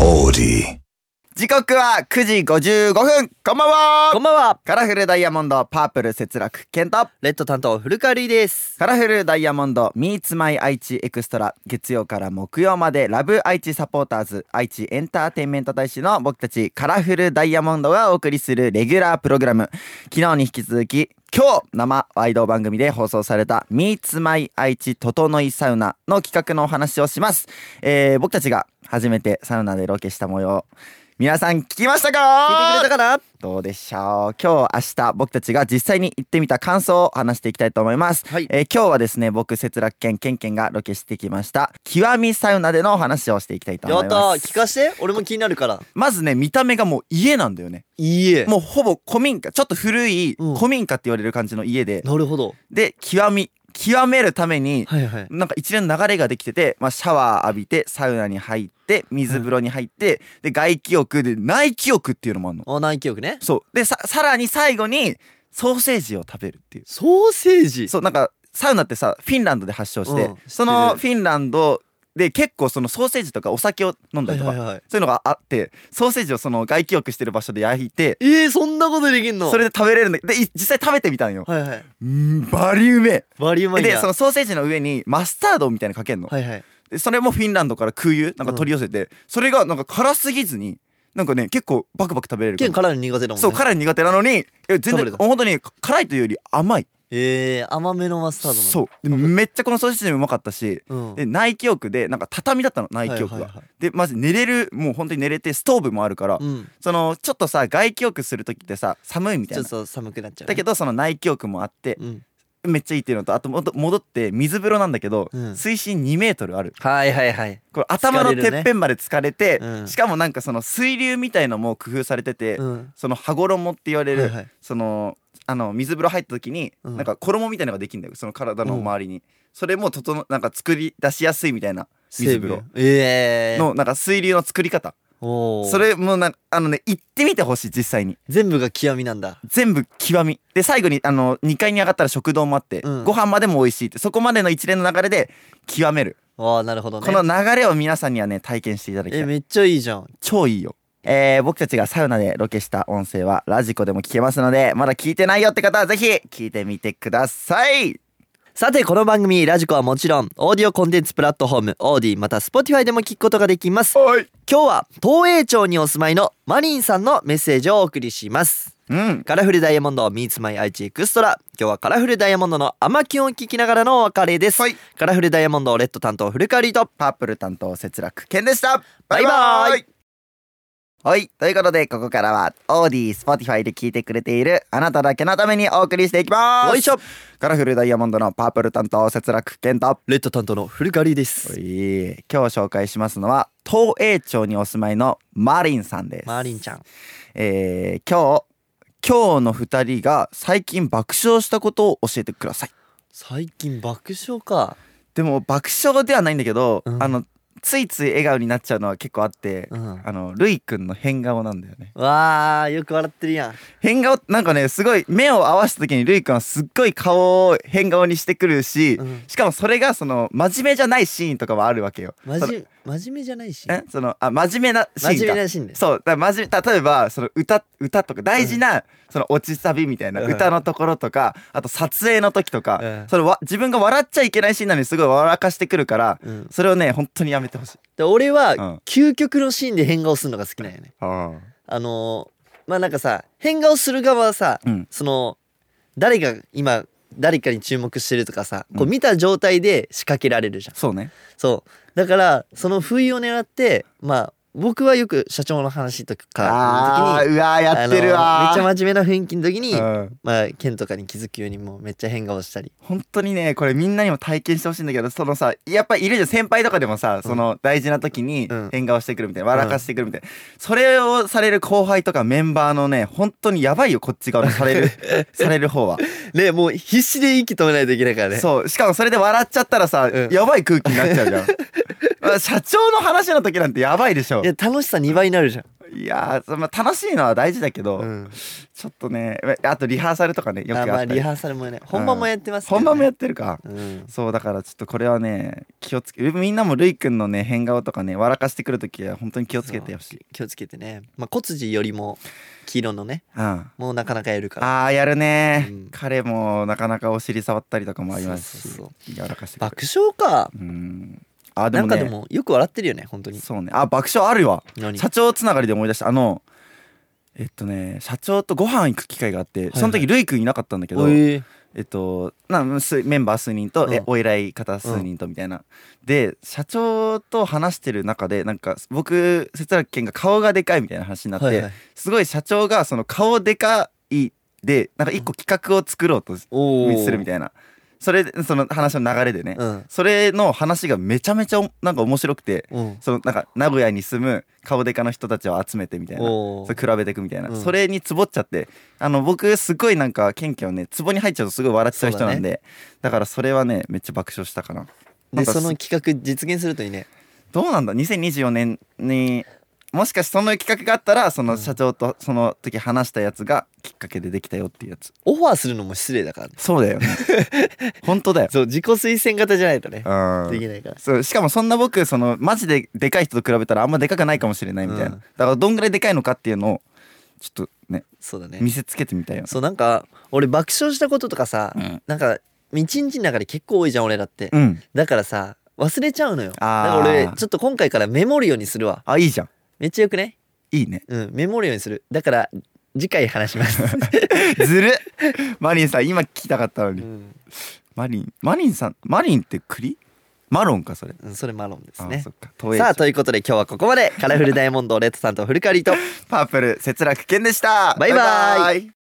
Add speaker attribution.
Speaker 1: オーデ
Speaker 2: 時刻は9時55分こんばんは
Speaker 3: こんばんは。
Speaker 2: カラフルダイヤモンドパープル節楽健太
Speaker 3: レッド担当古川瑠衣です。
Speaker 2: カラフルダイヤモンド Meets My 愛知エクストラ月曜から木曜までラブ愛知サポーターズ愛知エンターテインメント大使の僕たちカラフルダイヤモンドがお送りするレギュラープログラム昨日に引き続き今日生ワイド番組で放送された Meets My 愛知整いサウナの企画のお話をします、えー、僕たちが初めてサウナでロケした模様皆さん聞きましたか
Speaker 3: 聞いてくれたかな
Speaker 2: どうでしょう今日明日僕たちが実際に行ってみた感想を話していきたいと思います、
Speaker 3: はい
Speaker 2: えー今日はですね僕節楽健ケンケンがロケしてきました極みサウナでのお話をしていきたいと
Speaker 3: や
Speaker 2: 思い
Speaker 3: った
Speaker 2: ま
Speaker 3: ー
Speaker 2: す
Speaker 3: 聞かして俺も気になるから。
Speaker 2: まずね見た目がもう家なんだよね
Speaker 3: いいえ。
Speaker 2: もうほぼ古民家ちょっと古い
Speaker 3: うん
Speaker 2: 古民家って言われる感じの家で、
Speaker 3: なるほど。
Speaker 2: で極み極めるために
Speaker 3: はいはい。
Speaker 2: なんか一連の流れができてて、まあ、シャワー浴びてサウナに入って水風呂に入って、で外気浴で内気浴っていうのもあるの
Speaker 3: あ内記憶ね。
Speaker 2: そうでささらに最後にソーセージを食べるっていう
Speaker 3: ソーセージ。
Speaker 2: そうなんかサウナってさフィンランドで発祥して、
Speaker 3: うん
Speaker 2: そ
Speaker 3: 知
Speaker 2: の
Speaker 3: っ
Speaker 2: フィンランドで結構そのソーセージとかお酒を飲んだ
Speaker 3: は
Speaker 2: り
Speaker 3: い
Speaker 2: とか、
Speaker 3: はいはい。
Speaker 2: そういうのがあってソーセージをその外気浴してる場所で焼いて
Speaker 3: えー、そんなことできんの。
Speaker 2: それで食べれるんだでい実際食べてみたんよ、
Speaker 3: はいはい。
Speaker 2: うんバリうめ
Speaker 3: バリうま
Speaker 2: え
Speaker 3: いん
Speaker 2: で
Speaker 3: だ
Speaker 2: そのソーセージの上にマスタードみたいにかけんの、
Speaker 3: はいはい。
Speaker 2: でそれもフィンランドから空輸なんか取り寄せて、それがなんか辛すぎずになんかね結構バクバク食べれる
Speaker 3: ケン辛いの苦手だもんね。
Speaker 2: そう辛いの苦手なのにえ全
Speaker 3: 食べ
Speaker 2: 然
Speaker 3: れた
Speaker 2: 本当に辛いというより甘い
Speaker 3: えー、甘めのマスタードなの。
Speaker 2: そうでめっちゃこのソーセージもうまかったし
Speaker 3: うん。
Speaker 2: で内記憶でなんか畳だったの内記憶が、
Speaker 3: はいはいはい
Speaker 2: でまず寝れるもう本当に寝れてストーブもあるから、
Speaker 3: うん。
Speaker 2: そのちょっとさ外記憶する時ってさ寒いみた
Speaker 3: ち
Speaker 2: い
Speaker 3: ょ
Speaker 2: な
Speaker 3: っと寒くなっちゃうね。
Speaker 2: だけどその内記憶もあって
Speaker 3: うん。
Speaker 2: めっちゃいいっていうのとあともど戻って水風呂なんだけど、
Speaker 3: うん
Speaker 2: 水深2メートルある
Speaker 3: はいはいはい。
Speaker 2: これ頭の
Speaker 3: 疲れる
Speaker 2: て
Speaker 3: ね
Speaker 2: っぺんまで疲れて
Speaker 3: うん
Speaker 2: しかもなんかその水流みたいのも工夫されてて、
Speaker 3: うん。
Speaker 2: その羽衣って言われる、
Speaker 3: はいはい
Speaker 2: そのあの水風呂入った時に、
Speaker 3: うん
Speaker 2: なんか衣みたいなのができるんだよその体の周りに、それも整えなんか作り出しやすいみたいな水風呂
Speaker 3: 成分。ええ。
Speaker 2: のなんか水流の作り方
Speaker 3: おー
Speaker 2: それもなんあのね行ってみてほしい実際に
Speaker 3: 全部が極みなんだ。
Speaker 2: 全部極みで最後にあの2階に上がったら食堂もあって、
Speaker 3: うん
Speaker 2: ご飯までも美味しいってそこまでの一連の流れで極める、
Speaker 3: ああなるほどね。
Speaker 2: この流れを皆さんにはね体験していただきたい
Speaker 3: えめっちゃいいじゃん。
Speaker 2: 超いいよ。えー、僕たちがサウナでロケした音声はラジコでも聞けますので、まだ聞いてないよって方はぜひ聞いてみてください。
Speaker 3: さてこの番組ラジコはもちろんオーディオコンテンツプラットフォームオーディまた Spotify でも聞くことができます
Speaker 2: はい。
Speaker 3: 今日は東映町にお住まいのマリンさんのメッセージをお送りします
Speaker 2: うん。
Speaker 3: カラフルダイヤモンド Meets My 愛知エクストラ今日はカラフルダイヤモンドの甘きを聞きながらのお別れです、
Speaker 2: はい
Speaker 3: カラフルダイヤモンドレッド担当古川リと
Speaker 2: パープル担当、節楽健でした。
Speaker 3: バイバーイ
Speaker 2: はい。ということで、ここからは、オーディ、スポティファイで聞いてくれている、あなただけのためにお送りしていきます。
Speaker 3: よいしょ
Speaker 2: カラフルダイヤモンドのパープル担当、節楽健と、
Speaker 3: レッド担当の古川リです
Speaker 2: おい今日紹介しますのは、東映町にお住まいのマリンさんです。
Speaker 3: マリンちゃん
Speaker 2: えー今日今日の2人が最近爆笑したことを教えてください
Speaker 3: 最近爆笑か
Speaker 2: でも爆笑ではないんだけど、
Speaker 3: うん
Speaker 2: あのついつい笑顔になっちゃうのは結構あって、
Speaker 3: うん
Speaker 2: あのルイくんの変顔なんだよね
Speaker 3: わあよく笑ってるやん
Speaker 2: 変顔なんかねすごい目を合わせた時にルイくんはすっごい顔を変顔にしてくるし、
Speaker 3: うん
Speaker 2: しかもそれがその真面目じゃないシーンとかはあるわけよ
Speaker 3: 真
Speaker 2: その
Speaker 3: 面目真面目じゃないし
Speaker 2: えそのあ真面目なシーンか
Speaker 3: 真面目なシーンです
Speaker 2: そうだから真面目例えばその歌歌とか大事な、その落ちサビみたいな
Speaker 3: うん
Speaker 2: 歌のところとか、あと撮影の時とか、
Speaker 3: うん
Speaker 2: それわ自分が笑っちゃいけないシーンなのにすごい笑かしてくるから、
Speaker 3: うん
Speaker 2: それをね本当にやめてほしい。
Speaker 3: で俺は
Speaker 2: うん
Speaker 3: 究極のシーンで変顔するのが好きなんよね。
Speaker 2: あ
Speaker 3: あのーまあなんかさ変顔する側はさ、
Speaker 2: うん
Speaker 3: その誰が今誰かに注目してるとかさこう見た状態で仕掛けられるじゃん。
Speaker 2: そうね。
Speaker 3: そうだからその不意を狙ってまあ僕はよく社長の話と
Speaker 2: あ
Speaker 3: か
Speaker 2: あ
Speaker 3: の時に
Speaker 2: ーうわーやってるわ
Speaker 3: あ
Speaker 2: ー。
Speaker 3: のーめっちゃ真面目な雰囲気の時に、
Speaker 2: うん
Speaker 3: まあ剣とかに気づくようにもうめっちゃ変顔したり。
Speaker 2: 本当にねこれみんなにも体験してほしいんだけどそのさやっぱいるじゃん先輩とかでもさ、その大事な時に
Speaker 3: うん
Speaker 2: 変顔してくるみたいな笑かしてくるみたいな、それをされる後輩とかメンバーのね本当にやばいよこっち側のさ れるされる方は、
Speaker 3: ねもう必死で息止めないといけないからね。
Speaker 2: そうしかもそれで笑っちゃったらさ、
Speaker 3: うん
Speaker 2: やばい 空気になっちゃうじゃんまあ社長の話の時なんてやばいでしょ
Speaker 3: いや楽しさ2倍になるじゃん。
Speaker 2: やいやーそまあ楽しいのは大事だけど、
Speaker 3: うん、
Speaker 2: ちょっとねあとリハーサルとかねよくや
Speaker 3: あ
Speaker 2: っ
Speaker 3: ま
Speaker 2: た
Speaker 3: あ
Speaker 2: り、
Speaker 3: リハーサルもね本番もやってます
Speaker 2: 本番もや
Speaker 3: っ
Speaker 2: ってるか、
Speaker 3: うん
Speaker 2: そうだからちょっとこれはね気をつけみんなもるいくんのね変顔とかね笑かしてくるときは本当に気をつけてほしい
Speaker 3: 気をつけてねまあ小辻よりも黄色のね
Speaker 2: うんあ
Speaker 3: もうなかなかやるから
Speaker 2: あーやるね、
Speaker 3: うん
Speaker 2: 彼もなかなかお尻触ったりとかもありますし
Speaker 3: そうそう
Speaker 2: やらかしてくる
Speaker 3: 爆笑か
Speaker 2: うんあーで
Speaker 3: な
Speaker 2: も
Speaker 3: ん
Speaker 2: ね
Speaker 3: かでもよく笑ってるよね本当に
Speaker 2: そうねあ爆笑あるわ
Speaker 3: 何
Speaker 2: 社長つながりで思い出したあのえっとね社長とご飯行く機会があって、
Speaker 3: はい
Speaker 2: その時るいくんいなかったんだけど、
Speaker 3: えー
Speaker 2: えっとな数メンバー数人と、
Speaker 3: うん
Speaker 2: えお依頼方数人とみたいな、で社長と話してる中でなんか僕節楽健が顔がでかいみたいな話になって、
Speaker 3: はいはい
Speaker 2: すごい社長がその顔でかいでなんか一個企画を作ろうとす
Speaker 3: おー
Speaker 2: るみたいなそれでその話の流れでね、
Speaker 3: うん
Speaker 2: それの話がめちゃめちゃおなんか面白くて
Speaker 3: うん
Speaker 2: そのなんか名古屋に住む顔でかの人たちを集めてみたいな
Speaker 3: お
Speaker 2: そ
Speaker 3: ー
Speaker 2: れ比べていくみたいな、
Speaker 3: うん
Speaker 2: それにツボっちゃってあの僕すごいなんかケンケンをねツボに入っちゃうとすごい笑っちゃう人なんでだ,、からそれはねめっちゃ爆笑したかななん
Speaker 3: で
Speaker 2: か
Speaker 3: その企画実現するといいね
Speaker 2: どうなんだ2024年にもしかしその企画があったらその社長とその時話したやつがきっかけでできたよっていうやつ
Speaker 3: オファーするのも失礼だからね
Speaker 2: そうだよね 本当 だよ
Speaker 3: そう自己推薦型じゃないとね
Speaker 2: う
Speaker 3: で
Speaker 2: ん
Speaker 3: きないから
Speaker 2: そうしかもそんな僕そのマジででかい人と比べたらあんまでかくないかもしれないみたいな、
Speaker 3: う
Speaker 2: だ
Speaker 3: ん
Speaker 2: からどんぐらいでかいのかっていうのをちょっとね
Speaker 3: そうだね
Speaker 2: 見せつけてみたいよね
Speaker 3: そうなんか俺爆笑したこととかさ、
Speaker 2: うん
Speaker 3: なんか一日の中で結構多いじゃん俺らって、
Speaker 2: うん
Speaker 3: だからさ忘れちゃうのよだ
Speaker 2: あー
Speaker 3: から俺ちょっと今回からメモるようにするわ
Speaker 2: あいいじゃん
Speaker 3: めっちゃよくね
Speaker 2: いいね
Speaker 3: うんメモるようにするだから次回話します、
Speaker 2: ずるっマリンさん今聞きたかったの
Speaker 3: う
Speaker 2: に
Speaker 3: ん
Speaker 2: マリンマリンさんマリンって栗マロンかそれ
Speaker 3: うんそれマロンです
Speaker 2: あ
Speaker 3: ね
Speaker 2: そっか東映
Speaker 3: さあということで今日はここまでカラフルダイヤモンドレッドさんと古川リと
Speaker 2: パープル節楽健でした
Speaker 3: バイバイ
Speaker 2: イ